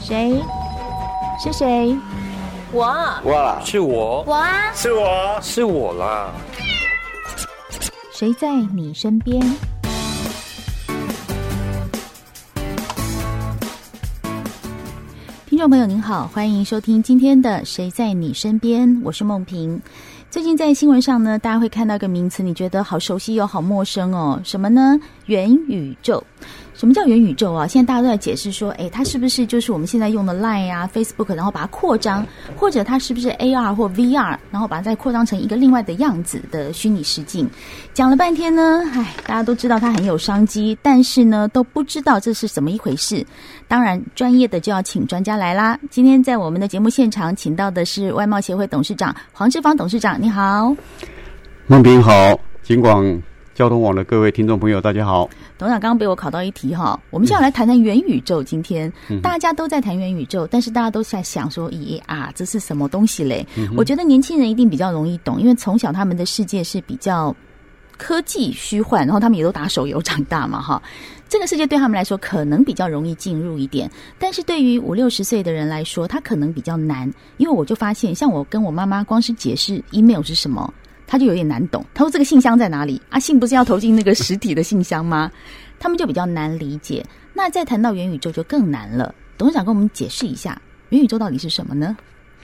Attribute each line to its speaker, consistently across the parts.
Speaker 1: 谁？是谁？
Speaker 2: 我
Speaker 3: 我
Speaker 4: 是我，
Speaker 2: 我啊，
Speaker 3: 是我，
Speaker 4: 是我啦。
Speaker 1: 谁在你身边？听众朋友您好，欢迎收听今天的《谁在你身边》，我是梦萍。最近在新闻上呢，大家会看到一个名词，你觉得好熟悉又好陌生哦，什么呢？元宇宙。什么叫元宇宙啊？现在大家都在解释说，诶，它是不是就是我们现在用的 Line 啊、Facebook，然后把它扩张，或者它是不是 AR 或 VR，然后把它再扩张成一个另外的样子的虚拟实境？讲了半天呢，唉，大家都知道它很有商机，但是呢，都不知道这是怎么一回事。当然，专业的就要请专家来啦。今天在我们的节目现场，请到的是外贸协会董事长黄志芳董事长，你好。
Speaker 5: 孟平好，尽管交通网的各位听众朋友，大家好。
Speaker 1: 董事长刚刚被我考到一题哈，我们现在来谈谈元宇宙。今天、大家都在谈元宇宙，但是大家都在想说，咦啊，这是什么东西嘞？我觉得年轻人一定比较容易懂，因为从小他们的世界是比较科技虚幻，然后他们也都打手游长大嘛哈。这个世界对他们来说可能比较容易进入一点，但是对于五六十岁的人来说，他可能比较难，因为我就发现，像我跟我妈妈光是解释 email 是什么，他就有点难懂。他说这个信箱在哪里啊？信不是要投进那个实体的信箱吗？他们就比较难理解。那再谈到元宇宙就更难了。董事长跟我们解释一下，元宇宙到底是什么呢？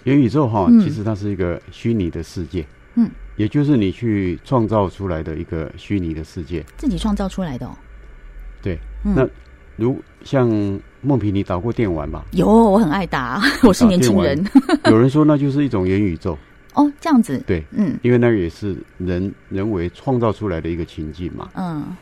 Speaker 5: 元宇宙哈，
Speaker 1: 嗯
Speaker 5: 其实它是一个虚拟的世界，
Speaker 1: 嗯，
Speaker 5: 也就是你去创造出来的一个虚拟的世界。
Speaker 1: 自己创造出来的哦。
Speaker 5: 对，
Speaker 1: 嗯
Speaker 5: 那如像孟平，你打过电玩吧？
Speaker 1: 有，我很爱打，啊我是年轻人
Speaker 5: 有人说那就是一种元宇宙，
Speaker 1: 哦，这样子，
Speaker 5: 对，
Speaker 1: 嗯
Speaker 5: 因为那个也是人人为创造出来的一个情境嘛。
Speaker 1: 嗯，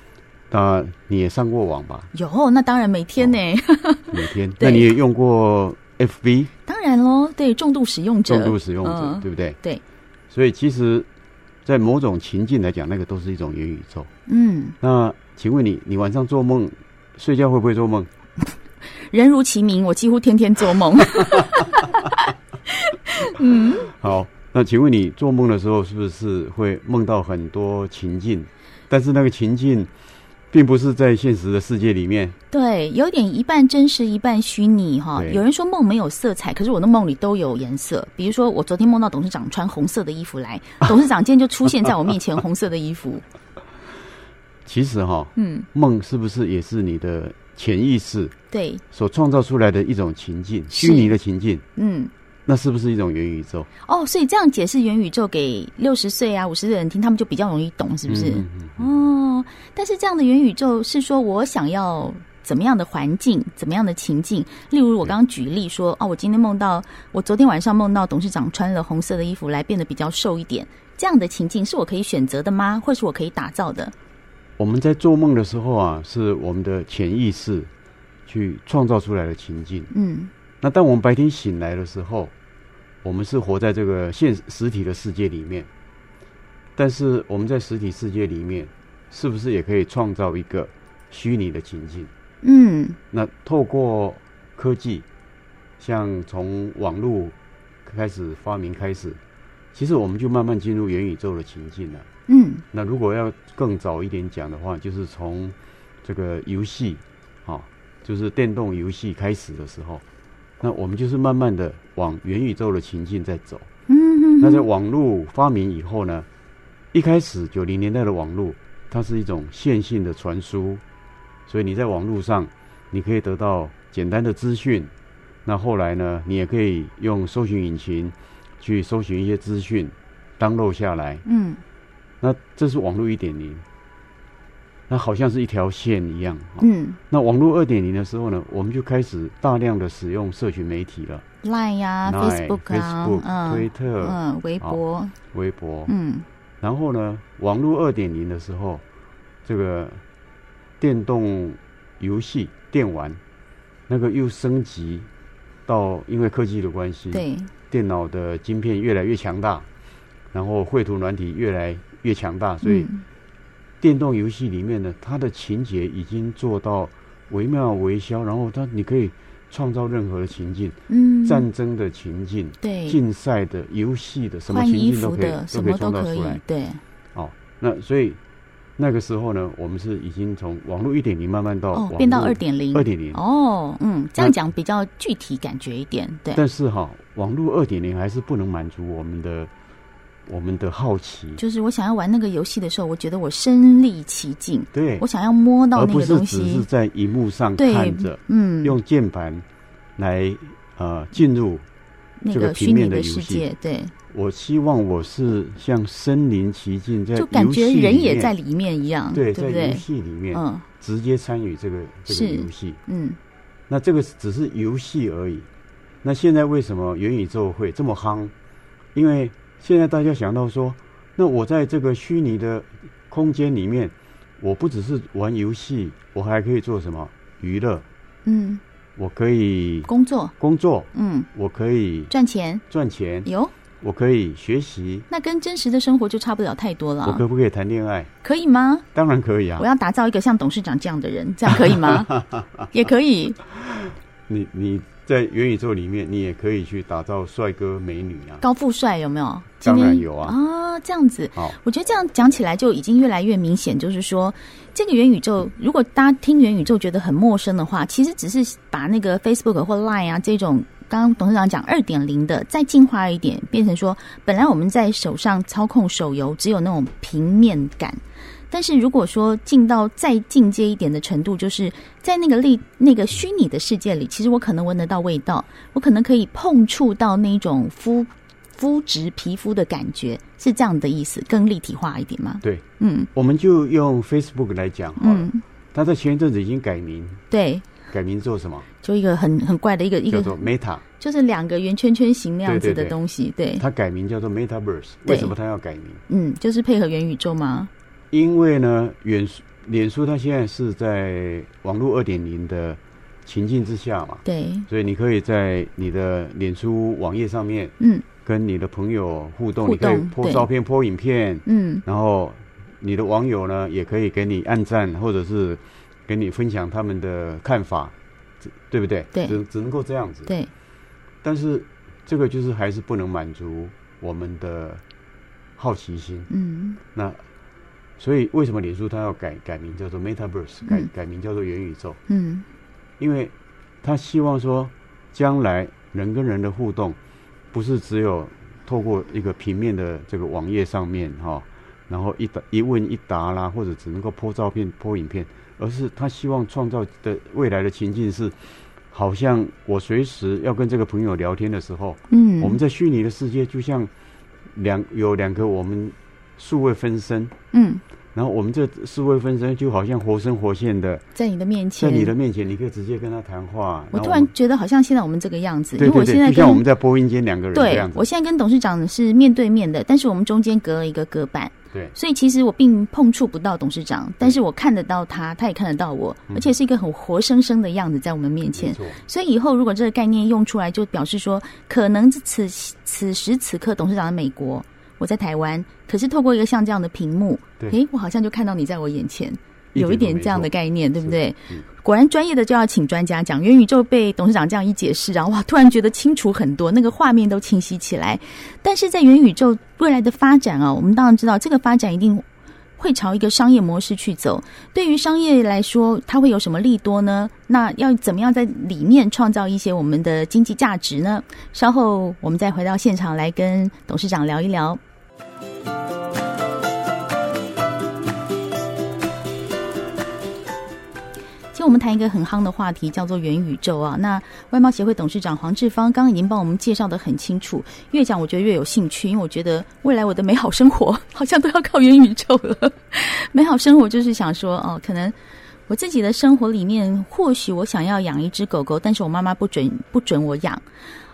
Speaker 5: 那你也上过网吧？
Speaker 1: 有，那当然每天呢，
Speaker 5: 哦每天？
Speaker 1: 对
Speaker 5: 那你也用过 FB
Speaker 1: 当然喽，对重度使用者，
Speaker 5: 重度使用者，
Speaker 1: 嗯
Speaker 5: 对不对？
Speaker 1: 对，
Speaker 5: 所以其实，在某种情境来讲，那个都是一种元宇宙。
Speaker 1: 嗯，
Speaker 5: 那请问你，你晚上做梦、睡觉会不会做梦？
Speaker 1: 人如其名，我几乎天天做梦。
Speaker 5: 好，那请问你做梦的时候是不是会梦到很多情境？但是那个情境并不是在现实的世界里面。
Speaker 1: 对，有点一半真实一半虚拟哈。
Speaker 5: 对
Speaker 1: 有人说梦没有色彩，可是我的梦里都有颜色。比如说，我昨天梦到董事长穿红色的衣服来，董事长今天就出现在我面前，红色的衣服。
Speaker 5: 其实哈、
Speaker 1: 嗯，
Speaker 5: 梦是不是也是你的潜意识
Speaker 1: 对，
Speaker 5: 所创造出来的一种情境，
Speaker 1: 是
Speaker 5: 虚拟的情境？
Speaker 1: 嗯，
Speaker 5: 那是不是一种元宇宙？
Speaker 1: 哦，所以这样解释元宇宙给六十岁啊、五十岁的人听，他们就比较容易懂，是不是？
Speaker 5: 嗯嗯嗯
Speaker 1: 哦，但是这样的元宇宙是说我想要怎么样的环境、怎么样的情境？例如我刚刚举例说，
Speaker 5: 嗯
Speaker 1: 哦，我今天梦到，我昨天晚上梦到董事长穿了红色的衣服来变得比较瘦一点，这样的情境是我可以选择的吗？或是我可以打造的？
Speaker 5: 我们在做梦的时候啊，是我们的潜意识去创造出来的情境。
Speaker 1: 嗯，
Speaker 5: 那当我们白天醒来的时候，我们是活在这个现实体的世界里面，但是我们在实体世界里面，是不是也可以创造一个虚拟的情境？
Speaker 1: 嗯，
Speaker 5: 那透过科技，像从网络开始发明开始，其实我们就慢慢进入元宇宙的情境了。
Speaker 1: 嗯，
Speaker 5: 那如果要更早一点讲的话，就是从这个游戏，啊，就是电动游戏开始的时候，那我们就是慢慢的往元宇宙的情境在走。
Speaker 1: 嗯，
Speaker 5: 那在网络发明以后呢，一开始九零年代的网络，它是一种线性的传输，所以你在网络上你可以得到简单的资讯。那后来呢，你也可以用搜寻引擎去搜寻一些资讯，download 下来，
Speaker 1: 嗯，
Speaker 5: 那这是网络一点零，那好像是一条线一样。哦
Speaker 1: 嗯
Speaker 5: 那网络二点零的时候呢，我们就开始大量的使用社群媒体了
Speaker 1: ，Line 呀、
Speaker 5: Line
Speaker 1: Facebook 啊，
Speaker 5: Facebook、推
Speaker 1: 嗯。
Speaker 5: 特、哦
Speaker 1: 嗯，微博，
Speaker 5: 微博。
Speaker 1: 嗯，
Speaker 5: 然后呢，网络二点零的时候，这个电动游戏、电玩，那个又升级到，因为科技的关系，
Speaker 1: 对，
Speaker 5: 电脑的晶片越来越强大，然后绘图软体越来越强大，所以
Speaker 1: 嗯
Speaker 5: 电动游戏里面呢，它的情节已经做到惟妙惟肖，然后它你可以创造任何的情境，
Speaker 1: 嗯，
Speaker 5: 战争的情境、
Speaker 1: 对，
Speaker 5: 竞赛的、游戏的，什
Speaker 1: 嗯
Speaker 5: 么
Speaker 1: 换
Speaker 5: 情
Speaker 1: 衣
Speaker 5: 境都
Speaker 1: 服
Speaker 5: 可以
Speaker 1: 的，
Speaker 5: 都
Speaker 1: 什
Speaker 5: 可以
Speaker 1: 么都
Speaker 5: 创造
Speaker 1: 可以
Speaker 5: 出来。，
Speaker 1: 对，
Speaker 5: 那所以那个时候呢，我们是已经从网络一点零慢慢到
Speaker 1: 哦，变到二点零，
Speaker 5: 二点零。
Speaker 1: 哦，嗯，这样讲比较具体感觉一点，对，
Speaker 5: 但是哈，网络二点零还是不能满足我们的我们的好奇，
Speaker 1: 就是我想要玩那个游戏的时候，我觉得我身临其境，
Speaker 5: 对
Speaker 1: 我，想要摸到
Speaker 5: 而
Speaker 1: 那
Speaker 5: 不
Speaker 1: 个
Speaker 5: 是
Speaker 1: 东
Speaker 5: 只是
Speaker 1: 西，
Speaker 5: 在荧幕上
Speaker 1: 对
Speaker 5: 看着，
Speaker 1: 嗯，
Speaker 5: 用键盘来呃进入。
Speaker 1: 那
Speaker 5: 这个
Speaker 1: 个
Speaker 5: 平
Speaker 1: 虚拟
Speaker 5: 面
Speaker 1: 的
Speaker 5: 的游
Speaker 1: 世
Speaker 5: 戏
Speaker 1: 界，对，
Speaker 5: 我希望我是像身临其境，在
Speaker 1: 就感
Speaker 5: 游
Speaker 1: 觉
Speaker 5: 戏里
Speaker 1: 人也
Speaker 5: 面
Speaker 1: 在里面一样，
Speaker 5: 对，
Speaker 1: 不
Speaker 5: 在游
Speaker 1: 对？
Speaker 5: 戏里面
Speaker 1: 嗯
Speaker 5: 直接参与这个这个
Speaker 1: 是
Speaker 5: 游戏。
Speaker 1: 嗯，
Speaker 5: 那这个只是游戏而已。那现在为什么元宇宙会这么夯？因为现在大家想到说，那我在这个虚拟的空间里面，我不只是玩游戏，我还可以做什么娱乐？
Speaker 1: 嗯，
Speaker 5: 我可以
Speaker 1: 工作，
Speaker 5: 工作，
Speaker 1: 嗯，
Speaker 5: 我可以
Speaker 1: 赚钱
Speaker 5: 赚钱，
Speaker 1: 有，
Speaker 5: 我可以学习，
Speaker 1: 那跟真实的生活就差不了太多
Speaker 5: 我
Speaker 1: 了，啊
Speaker 5: 可不可以谈恋爱？
Speaker 1: 可以吗？
Speaker 5: 当然可以啊
Speaker 1: 我！要打造一个像董事长这样的人，这样可以 吗？也可以，
Speaker 5: 你你在元宇宙里面，你也可以去打造帅哥美女啊！
Speaker 1: 高富帅有没有？今
Speaker 5: 当
Speaker 1: 天
Speaker 5: 然有啊
Speaker 1: 啊，这样子
Speaker 5: 好，
Speaker 1: 我觉得这样讲起来就已经越来越明显，就是说，这个元宇宙，如果大家听元宇宙觉得很陌生的话，其实只是把那个 Facebook 或 Line 啊这种。刚刚董事长讲二点零的，再进化一点，变成说，本来我们在手上操控手游只有那种平面感，但是如果说进到再进阶一点的程度，就是在那个立那个虚拟的世界里，其实我可能闻得到味道，我可能可以碰触到那一种肤肤质、皮肤的感觉，是这样的意思，更立体化一点吗？
Speaker 5: 对，
Speaker 1: 嗯
Speaker 5: 我们就用 Facebook 来讲好了。
Speaker 1: 嗯，
Speaker 5: 他在前一阵子已经改名，
Speaker 1: 对，
Speaker 5: 改名做什么？
Speaker 1: 就一个很很怪的一个一
Speaker 5: 叫
Speaker 1: 个，
Speaker 5: 做 Meta，
Speaker 1: 就是两个圆圈圈形那样子
Speaker 5: 对对
Speaker 1: 的
Speaker 5: 对
Speaker 1: 东西，对
Speaker 5: 他改名叫做 MetaVerse。
Speaker 1: 对
Speaker 5: 为什么他要改名？
Speaker 1: 嗯，就是配合元宇宙吗？
Speaker 5: 因为呢，远脸书它现在是在网络二点零的情境之下嘛，
Speaker 1: 对，
Speaker 5: 所以你可以在你的脸书网页上面
Speaker 1: 嗯
Speaker 5: 跟你的朋友互动，
Speaker 1: 互
Speaker 5: 你可以
Speaker 1: 动
Speaker 5: 拍
Speaker 1: 对
Speaker 5: 照片、拍影片，
Speaker 1: 嗯，
Speaker 5: 然后你的网友呢也可以给你按赞，或者是给你分享他们的看法，这对不对？
Speaker 1: 对
Speaker 5: 只只能够这样子。
Speaker 1: 对，
Speaker 5: 但是这个就是还是不能满足我们的好奇心。
Speaker 1: 嗯
Speaker 5: 那所以为什么脸书它要改改名叫做 MetaVerse，改
Speaker 1: 嗯
Speaker 5: 改名叫做元宇宙？
Speaker 1: 嗯
Speaker 5: 因为它希望说，将来人跟人的互动不是只有透过一个平面的这个网页上面哈、然后一答一问一答啦，或者只能够 po 照片、po 影片，而是他希望创造的未来的情境是，好像我随时要跟这个朋友聊天的时候，
Speaker 1: 嗯，
Speaker 5: 我们在虚拟的世界就像两有两个我们数位分身，
Speaker 1: 嗯，
Speaker 5: 然后我们这数位分身就好像活生活现的
Speaker 1: 在你的面前，
Speaker 5: 在你的面前，你可以直接跟他谈话。
Speaker 1: 我
Speaker 5: 后
Speaker 1: 突
Speaker 5: 们
Speaker 1: 然觉得好像现在我们这个样子，因
Speaker 5: 对
Speaker 1: 为我
Speaker 5: 对
Speaker 1: 现在
Speaker 5: 对，就
Speaker 1: 跟
Speaker 5: 像我们在播音间两个人这
Speaker 1: 对
Speaker 5: 样，子
Speaker 1: 我，现在跟董事长是面对面的，但是我们中间隔了一个隔板，
Speaker 5: 对
Speaker 1: 所以其实我并碰触不到董事长，但是我看得到他，他也看得到我，而且是一个很活生生的样子在我们面
Speaker 5: 嗯没
Speaker 1: 前。
Speaker 5: 错，
Speaker 1: 所以以后如果这个概念用出来，就表示说，可能此此时此刻董事长在美国，我在台湾，可是透过一个像这样的屏幕，
Speaker 5: 对
Speaker 1: 诶，我好像就看到你在我眼前。
Speaker 5: 一点
Speaker 1: 有一
Speaker 5: 都
Speaker 1: 点
Speaker 5: 没
Speaker 1: 这样
Speaker 5: 错
Speaker 1: 的概念，对不
Speaker 5: 是
Speaker 1: 对？
Speaker 5: 嗯
Speaker 1: 果然专业的就要请专家讲。元宇宙被董事长这样一解释啊，哇，突然觉得清楚很多，那个画面都清晰起来。但是在元宇宙未来的发展啊，我们当然知道这个发展一定会朝一个商业模式去走。对于商业来说，它会有什么利多呢？那要怎么样在里面创造一些我们的经济价值呢？稍后我们再回到现场来跟董事长聊一聊。今天我们谈一个很夯的话题，叫做元宇宙啊。那外贸协会董事长黄志芳刚刚已经帮我们介绍的很清楚，越讲我觉得越有兴趣，因为我觉得未来我的美好生活好像都要靠元宇宙了。美好生活就是想说，哦，可能我自己的生活里面，或许我想要养一只狗狗，但是我妈妈不准不准我养。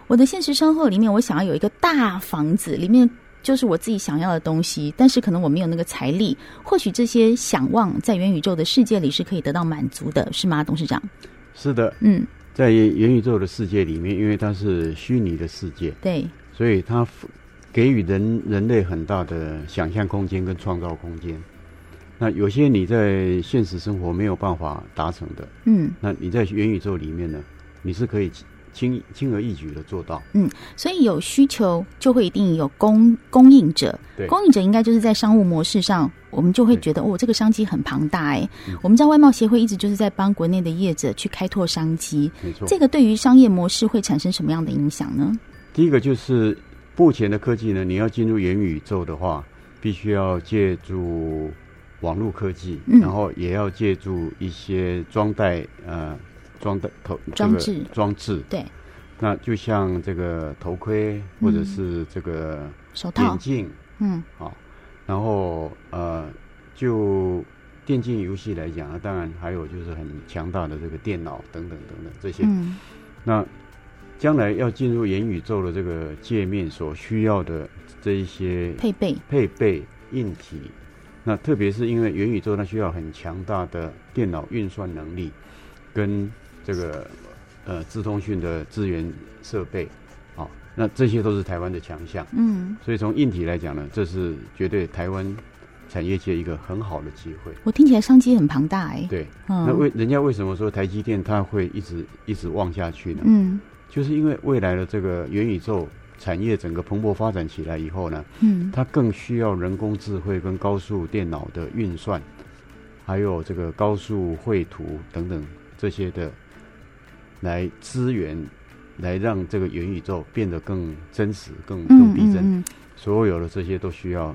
Speaker 1: 我的现实生活里面，我想要有一个大房子，里面就是我自己想要的东西，但是可能我没有那个财力。或许这些想望在元宇宙的世界里是可以得到满足的，是吗，董事长？
Speaker 5: 是的，
Speaker 1: 嗯，
Speaker 5: 在元宇宙的世界里面，因为它是虚拟的世界，
Speaker 1: 对，
Speaker 5: 所以它 f- 给予人人类很大的想象空间跟创造空间。那有些你在现实生活没有办法达成的，
Speaker 1: 嗯
Speaker 5: 那你在元宇宙里面呢，你是可以轻轻而易举的做到。
Speaker 1: 所以有需求就会一定有供供应者
Speaker 5: 对，
Speaker 1: 供应者应该就是在商务模式上，我们就会
Speaker 5: 对嗯
Speaker 1: 觉得哦，这个商机很庞大哎、我们知道外贸协会一直就是在帮国内的业者去开拓商机，
Speaker 5: 没错，
Speaker 1: 这个对于商业模式会产生什么样的影响呢？
Speaker 5: 第一个就是目前的科技呢，你要进入元宇宙的话，必须要借助网络科技，
Speaker 1: 嗯
Speaker 5: 然后也要借助一些装带呃装带头
Speaker 1: 装
Speaker 5: 这个
Speaker 1: 置
Speaker 5: 装置。
Speaker 1: 对，
Speaker 5: 那就像这个头盔或者是这个
Speaker 1: 嗯手套
Speaker 5: 眼，镜，
Speaker 1: 嗯
Speaker 5: 然后呃，就电竞游戏来讲啊，当然还有就是很强大的这个电脑等等等等这些。
Speaker 1: 嗯
Speaker 5: 那将来要进入元宇宙的这个界面所需要的这一些
Speaker 1: 配备，
Speaker 5: 配备硬体，那特别是因为元宇宙它需要很强大的电脑运算能力，跟这个呃资通讯的资源设备，好、那这些都是台湾的强项。
Speaker 1: 嗯。
Speaker 5: 所以从硬体来讲呢，这是绝对台湾产业界一个很好的机会。
Speaker 1: 我听起来商机很庞大哎、
Speaker 5: 对，
Speaker 1: 嗯，
Speaker 5: 那为人家为什么说台积电它会一直一直旺下去呢？
Speaker 1: 嗯
Speaker 5: 就是因为未来的这个元宇宙产业整个蓬勃发展起来以后呢，
Speaker 1: 嗯
Speaker 5: 它更需要人工智慧跟高速电脑的运算，还有这个高速绘图等等这些的来支援，来让这个元宇宙变得更真实、更更
Speaker 1: 嗯
Speaker 5: 逼真。
Speaker 1: 嗯嗯，
Speaker 5: 所有的这些都需要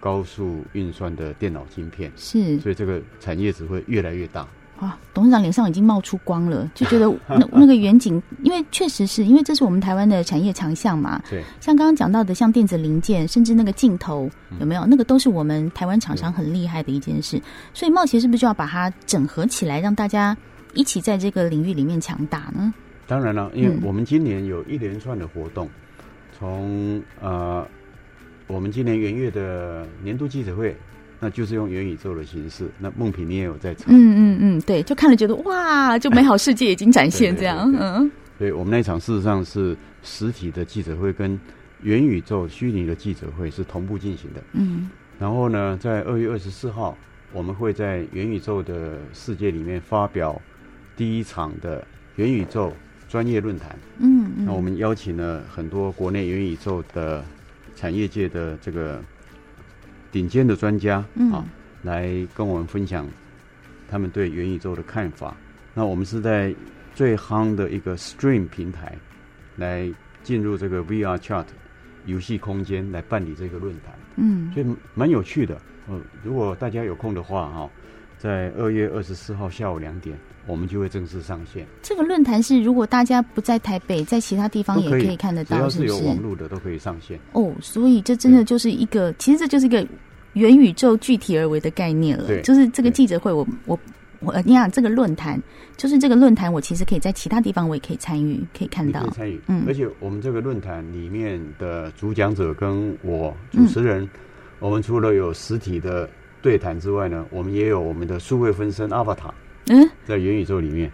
Speaker 5: 高速运算的电脑晶片，
Speaker 1: 是
Speaker 5: 所以这个产业只会越来越大。
Speaker 1: 哇，董事长脸上已经冒出光了，就 觉得那那个远景，因为确实是因为这是我们台湾的产业强项嘛。
Speaker 5: 对，
Speaker 1: 像刚刚讲到的，像电子零件，甚至那个镜头，
Speaker 5: 嗯
Speaker 1: 有没有？那个都是我们台湾厂商很厉害的一件事。所以茂协是不是就要把它整合起来，让大家一起在这个领域里面强大呢？
Speaker 5: 当然了，因为
Speaker 1: 嗯
Speaker 5: 我们今年有一连串的活动，从呃，我们今年元月的年度记者会，那就是用元宇宙的形式。那梦萍你也有在场，
Speaker 1: 嗯嗯嗯，对，就看了觉得哇，就美好世界已经展现
Speaker 5: 对对
Speaker 1: 这样，
Speaker 5: 对对
Speaker 1: 嗯
Speaker 5: 所以我们那一场事实上是实体的记者会跟元宇宙虚拟的记者会是同步进行的。
Speaker 1: 嗯
Speaker 5: 然后呢，在二月二十四号，我们会在元宇宙的世界里面发表第一场的元宇宙专业论坛。
Speaker 1: 嗯嗯，
Speaker 5: 那我们邀请了很多国内元宇宙的产业界的这个顶尖的专家、
Speaker 1: 嗯
Speaker 5: 啊，来跟我们分享他们对元宇宙的看法。那我们是在最夯的一个 Stream 平台来进入这个 VR Chat 游戏空间来办理这个论坛。
Speaker 1: 嗯
Speaker 5: 所以蛮有趣的。呃，如果大家有空的话哈、在二月二十四号下午两点，我们就会正式上线。
Speaker 1: 这个论坛是，如果大家不在台北，在其他地方也
Speaker 5: 都可以
Speaker 1: 看得
Speaker 5: 只
Speaker 1: 到，
Speaker 5: 要
Speaker 1: 是不
Speaker 5: 是有
Speaker 1: 是？
Speaker 5: 网络的都可以上线。
Speaker 1: 哦，所以这真的就是一个，其实这就是一个元宇宙具体而为的概念了。
Speaker 5: 对
Speaker 1: 就是这个
Speaker 5: 对
Speaker 1: 记者会我，我我呃，你想这个论坛，就是这个论坛，我其实可以在其他地方我也可以参与，可以看
Speaker 5: 你可
Speaker 1: 到
Speaker 5: 以。参与，
Speaker 1: 嗯
Speaker 5: 而且我们这个论坛里面的主讲者跟我主持
Speaker 1: 嗯
Speaker 5: 人，我们除了有实体的对谈之外呢，我们也有我们的数位分身阿巴塔
Speaker 1: 嗯，
Speaker 5: 在元宇宙里面，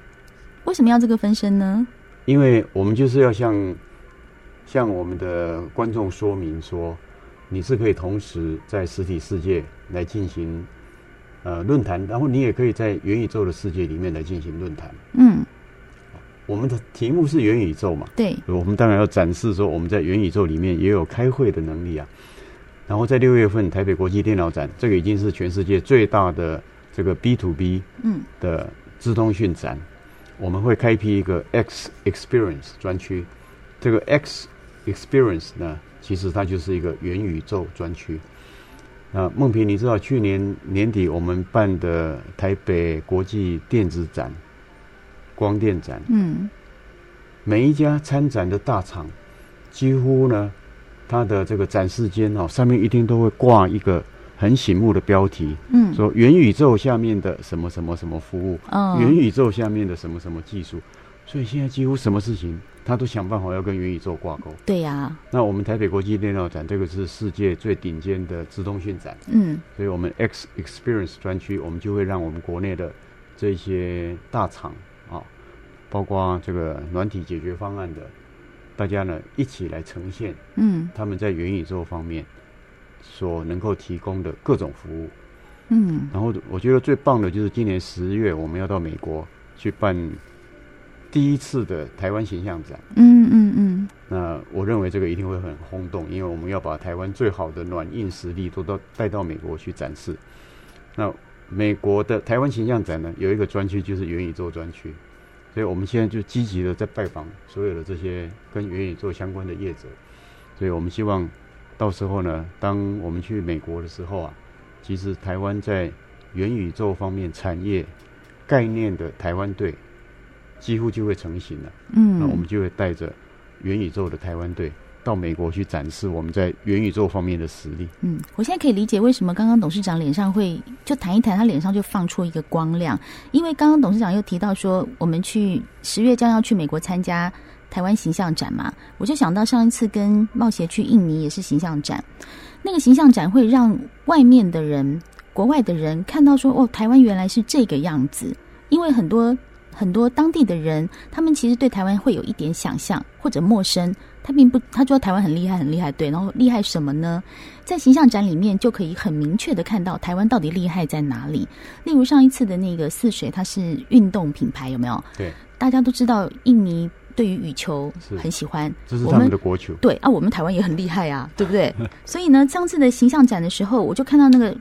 Speaker 1: 为什么要这个分身呢？
Speaker 5: 因为我们就是要向向我们的观众说明说，你是可以同时在实体世界来进行呃论坛，然后你也可以在元宇宙的世界里面来进行论坛。
Speaker 1: 嗯，
Speaker 5: 我们的题目是元宇宙嘛，
Speaker 1: 对，
Speaker 5: 我们当然要展示说我们在元宇宙里面也有开会的能力啊。然后在六月份台北国际电脑展，这个已经是全世界最大的这个 B to B
Speaker 1: 嗯
Speaker 5: 的资通讯展，我们会开辟一个 X Experience 专区。这个 X Experience 呢，其实它就是一个元宇宙专区。那梦萍，你知道去年年底我们办的台北国际电子展、光电展，
Speaker 1: 嗯，
Speaker 5: 每一家参展的大厂，几乎呢，它的这个展示间哦，上面一定都会挂一个很醒目的标题，
Speaker 1: 嗯
Speaker 5: 说元宇宙下面的什么什么什么服务，元
Speaker 1: 嗯，
Speaker 5: 宇宙下面的什么什么技术。所以现在几乎什么事情，他都想办法要跟元宇宙挂钩。
Speaker 1: 对呀、
Speaker 5: 那我们台北国际电脑展，这个是世界最顶尖的自通讯展，
Speaker 1: 嗯
Speaker 5: 所以我们 X Experience 专区，我们就会让我们国内的这些大厂啊，包括这个软体解决方案的，大家呢一起来呈现
Speaker 1: 嗯
Speaker 5: 他们在元宇宙方面所能够提供的各种服务。
Speaker 1: 嗯，
Speaker 5: 然后我觉得最棒的就是今年十月我们要到美国去办第一次的台湾形象展。
Speaker 1: 嗯嗯嗯，
Speaker 5: 那我认为这个一定会很轰动，因为我们要把台湾最好的软硬实力都到带到美国去展示。那美国的台湾形象展呢，有一个专区就是元宇宙专区，所以我们现在就积极的在拜访所有的这些跟元宇宙相关的业者，所以我们希望到时候呢，当我们去美国的时候啊，其实台湾在元宇宙方面产业概念的台湾队几乎就会成型了。
Speaker 1: 嗯，
Speaker 5: 那我们就会带着元宇宙的台湾队到美国去展示我们在元宇宙方面的实力。
Speaker 1: 嗯，我现在可以理解为什么刚刚董事长脸上会就弹一弹，他脸上就放出一个光亮，因为刚刚董事长又提到说，我们去十月将要去美国参加台湾形象展嘛，我就想到上一次跟茂协去印尼也是形象展，那个形象展会让外面的人、国外的人看到说，哦，台湾原来是这个样子，因为很多。很多当地的人，他们其实对台湾会有一点想象或者陌生，他并不，他觉得台湾很厉害，很厉害，对，然后厉害什么呢？在形象展里面就可以很明确的看到台湾到底厉害在哪里。例如上一次的那个泗水，它是运动品牌，有没有？
Speaker 5: 对，
Speaker 1: 大家都知道印尼对于羽球
Speaker 5: 是
Speaker 1: 很喜欢，
Speaker 5: 这是
Speaker 1: 我
Speaker 5: 他们
Speaker 1: 们
Speaker 5: 的国球。
Speaker 1: 对啊，我们台湾也很厉害啊，对不对？所以呢，上次的形象展的时候，我就看到那个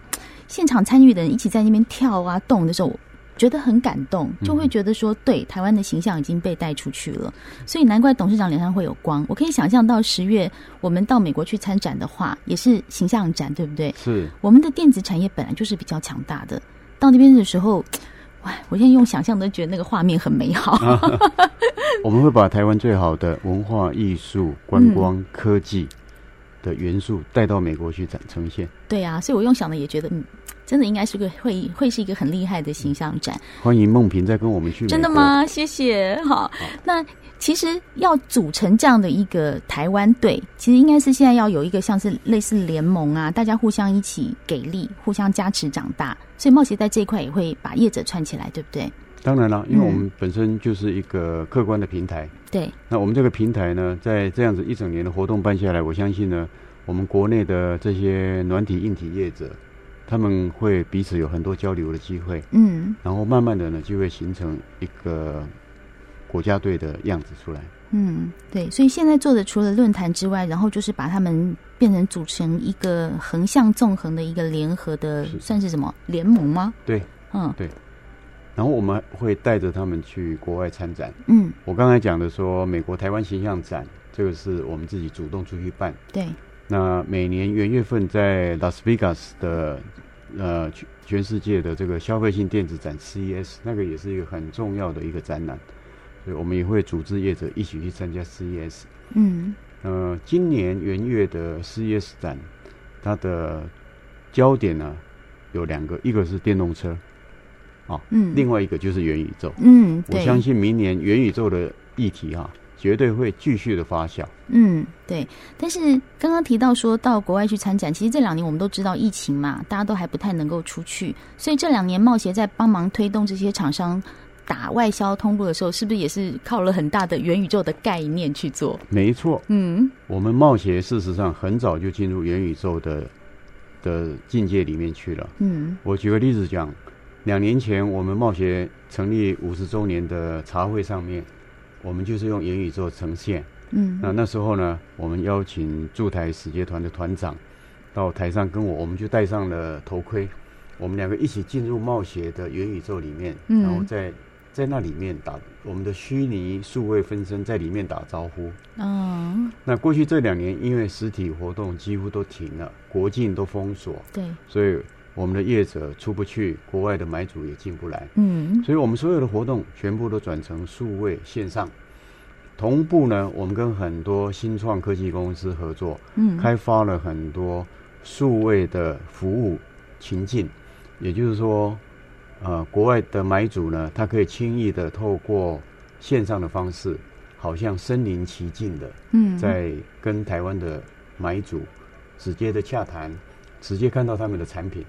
Speaker 1: 现场参与的人一起在那边跳啊动的时候，我觉得很感动，就会觉得说，对台湾的形象已经被带出去了，所以难怪董事长脸上会有光。我可以想象到十月我们到美国去参展的话，也是形象展，对不对？
Speaker 5: 是
Speaker 1: 我们的电子产业本来就是比较强大的，到那边的时候，哇，我现在用想象都觉得那个画面很美好。
Speaker 5: 我们会把台湾最好的文化、艺术、观光、
Speaker 1: 嗯
Speaker 5: 科技的元素带到美国去展呈现。
Speaker 1: 对啊，所以我用想的也觉得，嗯，真的应该是个会会是一个很厉害的形象展，
Speaker 5: 欢迎梦萍再跟我们去。
Speaker 1: 真的？吗？谢谢。好，那其实要组成这样的一个台湾队，其实应该是现在要有一个像是类似联盟啊，大家互相一起给力，互相加持长大。所以茂协在这一块也会把业者串起来，对不对？
Speaker 5: 当然了，因为我们
Speaker 1: 嗯
Speaker 5: 本身就是一个客观的平台。
Speaker 1: 对，
Speaker 5: 那我们这个平台呢，在这样子一整年的活动办下来，我相信呢，我们国内的这些软体、硬体业者，他们会彼此有很多交流的机会，
Speaker 1: 嗯
Speaker 5: 然后慢慢的呢，就会形成一个国家队的样子出来。
Speaker 1: 嗯，对。所以现在做的除了论坛之外，然后就是把他们变成组成一个横向纵横的一个联合的，
Speaker 5: 是
Speaker 1: 算是什么联盟吗？
Speaker 5: 对，
Speaker 1: 嗯
Speaker 5: 然后我们会带着他们去国外参展。
Speaker 1: 嗯，
Speaker 5: 我刚才讲的说，美国台湾形象展，这个是我们自己主动出去办。
Speaker 1: 对。
Speaker 5: 那每年元月份在拉斯维加斯的呃全全世界的这个消费性电子展 CES，那个也是一个很重要的一个展览，所以我们也会组织业者一起去参加 E CES。
Speaker 1: 嗯
Speaker 5: 呃，今年元月的 CES 展，它的焦点呢有两个，一个是电动车，
Speaker 1: 嗯，
Speaker 5: 另外一个就是元宇宙。
Speaker 1: 嗯，
Speaker 5: 我
Speaker 1: 对，
Speaker 5: 相信明年元宇宙的议题哈、绝对会继续的发酵。
Speaker 1: 嗯对。但是刚刚提到说到国外去参展，其实这两年我们都知道疫情嘛，大家都还不太能够出去，所以这两年茂协在帮忙推动这些厂商打外销通路的时候，是不是也是靠了很大的元宇宙的概念去做？
Speaker 5: 没错，
Speaker 1: 嗯
Speaker 5: 我们冒险事实上很早就进入元宇宙的的境界里面去了。
Speaker 1: 嗯
Speaker 5: 我举个例子讲，两年前我们冒险成立五十周年的茶会上面，我们就是用元宇宙呈现。
Speaker 1: 嗯
Speaker 5: 那那时候呢，我们邀请驻台使节团的团长到台上跟我，我们就戴上了头盔，我们两个一起进入冒险的元宇宙里面，
Speaker 1: 嗯
Speaker 5: 然后在在那里面打我们的虚拟数位分身在里面打招呼。
Speaker 1: 嗯，
Speaker 5: 那过去这两年，因为实体活动几乎都停了，国境都封锁，
Speaker 1: 对，
Speaker 5: 所以我们的业者出不去，国外的买主也进不来，
Speaker 1: 嗯
Speaker 5: 所以我们所有的活动全部都转成数位线上。同步呢，我们跟很多新创科技公司合作，
Speaker 1: 嗯，
Speaker 5: 开发了很多数位的服务情境，也就是说，呃，国外的买主呢，他可以轻易的透过线上的方式，好像身临其境的
Speaker 1: 嗯
Speaker 5: 在跟台湾的买主直接的洽谈，直接看到他们的产品。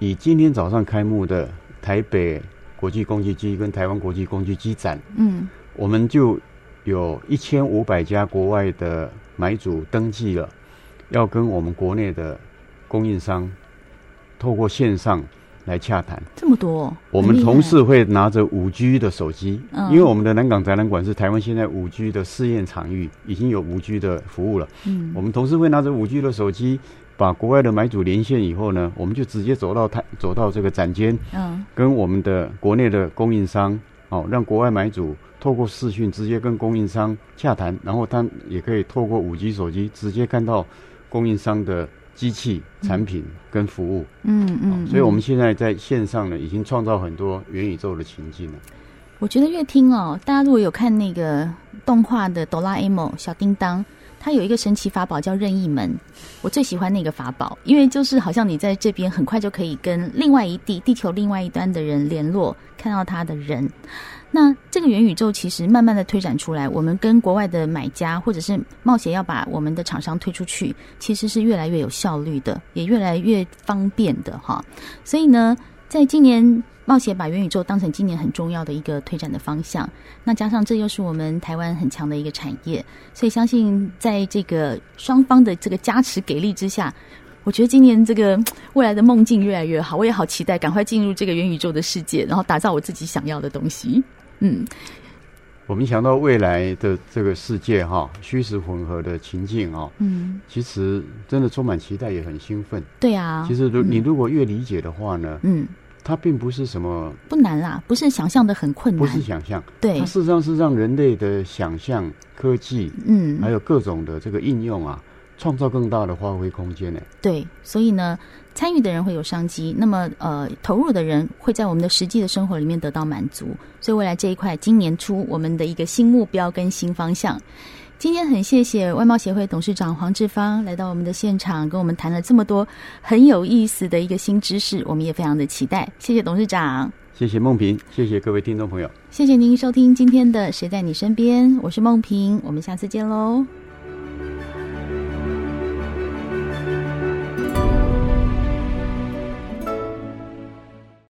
Speaker 5: 以今天早上开幕的台北国际工具机跟台湾国际工具机展，
Speaker 1: 嗯
Speaker 5: 我们就有一千五百家国外的买主登记了，要跟我们国内的供应商透过线上来洽谈。
Speaker 1: 这么多，哦
Speaker 5: 我
Speaker 1: 很
Speaker 5: 们
Speaker 1: 厉
Speaker 5: 同
Speaker 1: 害
Speaker 5: 事会拿着五 G 的手机，
Speaker 1: 嗯
Speaker 5: 因为我们的南港展览馆是台湾现在五 G 的试验场域，已经有五 G 的服务了。
Speaker 1: 嗯
Speaker 5: 我们同事会拿着五 G 的手机，把国外的买主连线以后呢，我们就直接走到台走到这个展间，
Speaker 1: 嗯
Speaker 5: 跟我们的国内的供应商哦，让国外买主透过视讯直接跟供应商洽谈，然后他也可以透过五 G 手机直接看到供应商的机器、产品跟服务。哦
Speaker 1: 嗯嗯，
Speaker 5: 所以我
Speaker 1: 嗯
Speaker 5: 们现在在线上呢，已经创造很多元宇宙的情境了。
Speaker 1: 我觉得越听哦，大家如果有看那个动画的《哆啦 A 梦》小叮当，它有一个神奇法宝叫任意门，我最喜欢那个法宝，因为就是好像你在这边很快就可以跟另外一地地球另外一端的人联络，看到他的人。那这个元宇宙其实慢慢的推展出来，我们跟国外的买家或者是冒险要把我们的厂商推出去，其实是越来越有效率的，也越来越方便的哈。所以呢，在今年冒险把元宇宙当成今年很重要的一个推展的方向，那加上这又是我们台湾很强的一个产业，所以相信在这个双方的这个加持给力之下。我觉得今年这个未来的梦境越来越好，我也好期待，赶快进入这个元宇宙的世界，然后打造我自己想要的东西。嗯，
Speaker 5: 我们想到未来的这个世界哈，虚实混合的情境哈，
Speaker 1: 嗯，
Speaker 5: 其实真的充满期待，也很兴奋。
Speaker 1: 对啊
Speaker 5: 其，实如
Speaker 1: 嗯
Speaker 5: 你如果越理解的话呢，
Speaker 1: 嗯，
Speaker 5: 它并不是什么，
Speaker 1: 不难啦，不是想象的很困
Speaker 5: 不是
Speaker 1: 难，
Speaker 5: 想象，
Speaker 1: 嗯对
Speaker 5: 它，事实上是让人类的想象、科技
Speaker 1: 嗯，
Speaker 5: 还有各种的这个应用啊，创造更大的发挥空间呢。
Speaker 1: 对，所以呢，参与的人会有商机，那么呃，投入的人会在我们的实际的生活里面得到满足。所以未来这一块，今年初我们的一个新目标跟新方向。今天很谢谢外贸协会董事长黄志芳来到我们的现场，跟我们谈了这么多很有意思的一个新知识，我们也非常的期待。谢谢董事长，
Speaker 5: 谢谢梦萍，谢谢各位听众朋友。
Speaker 1: 谢谢您收听今天的《谁在你身边》，我是梦萍，我们下次见喽，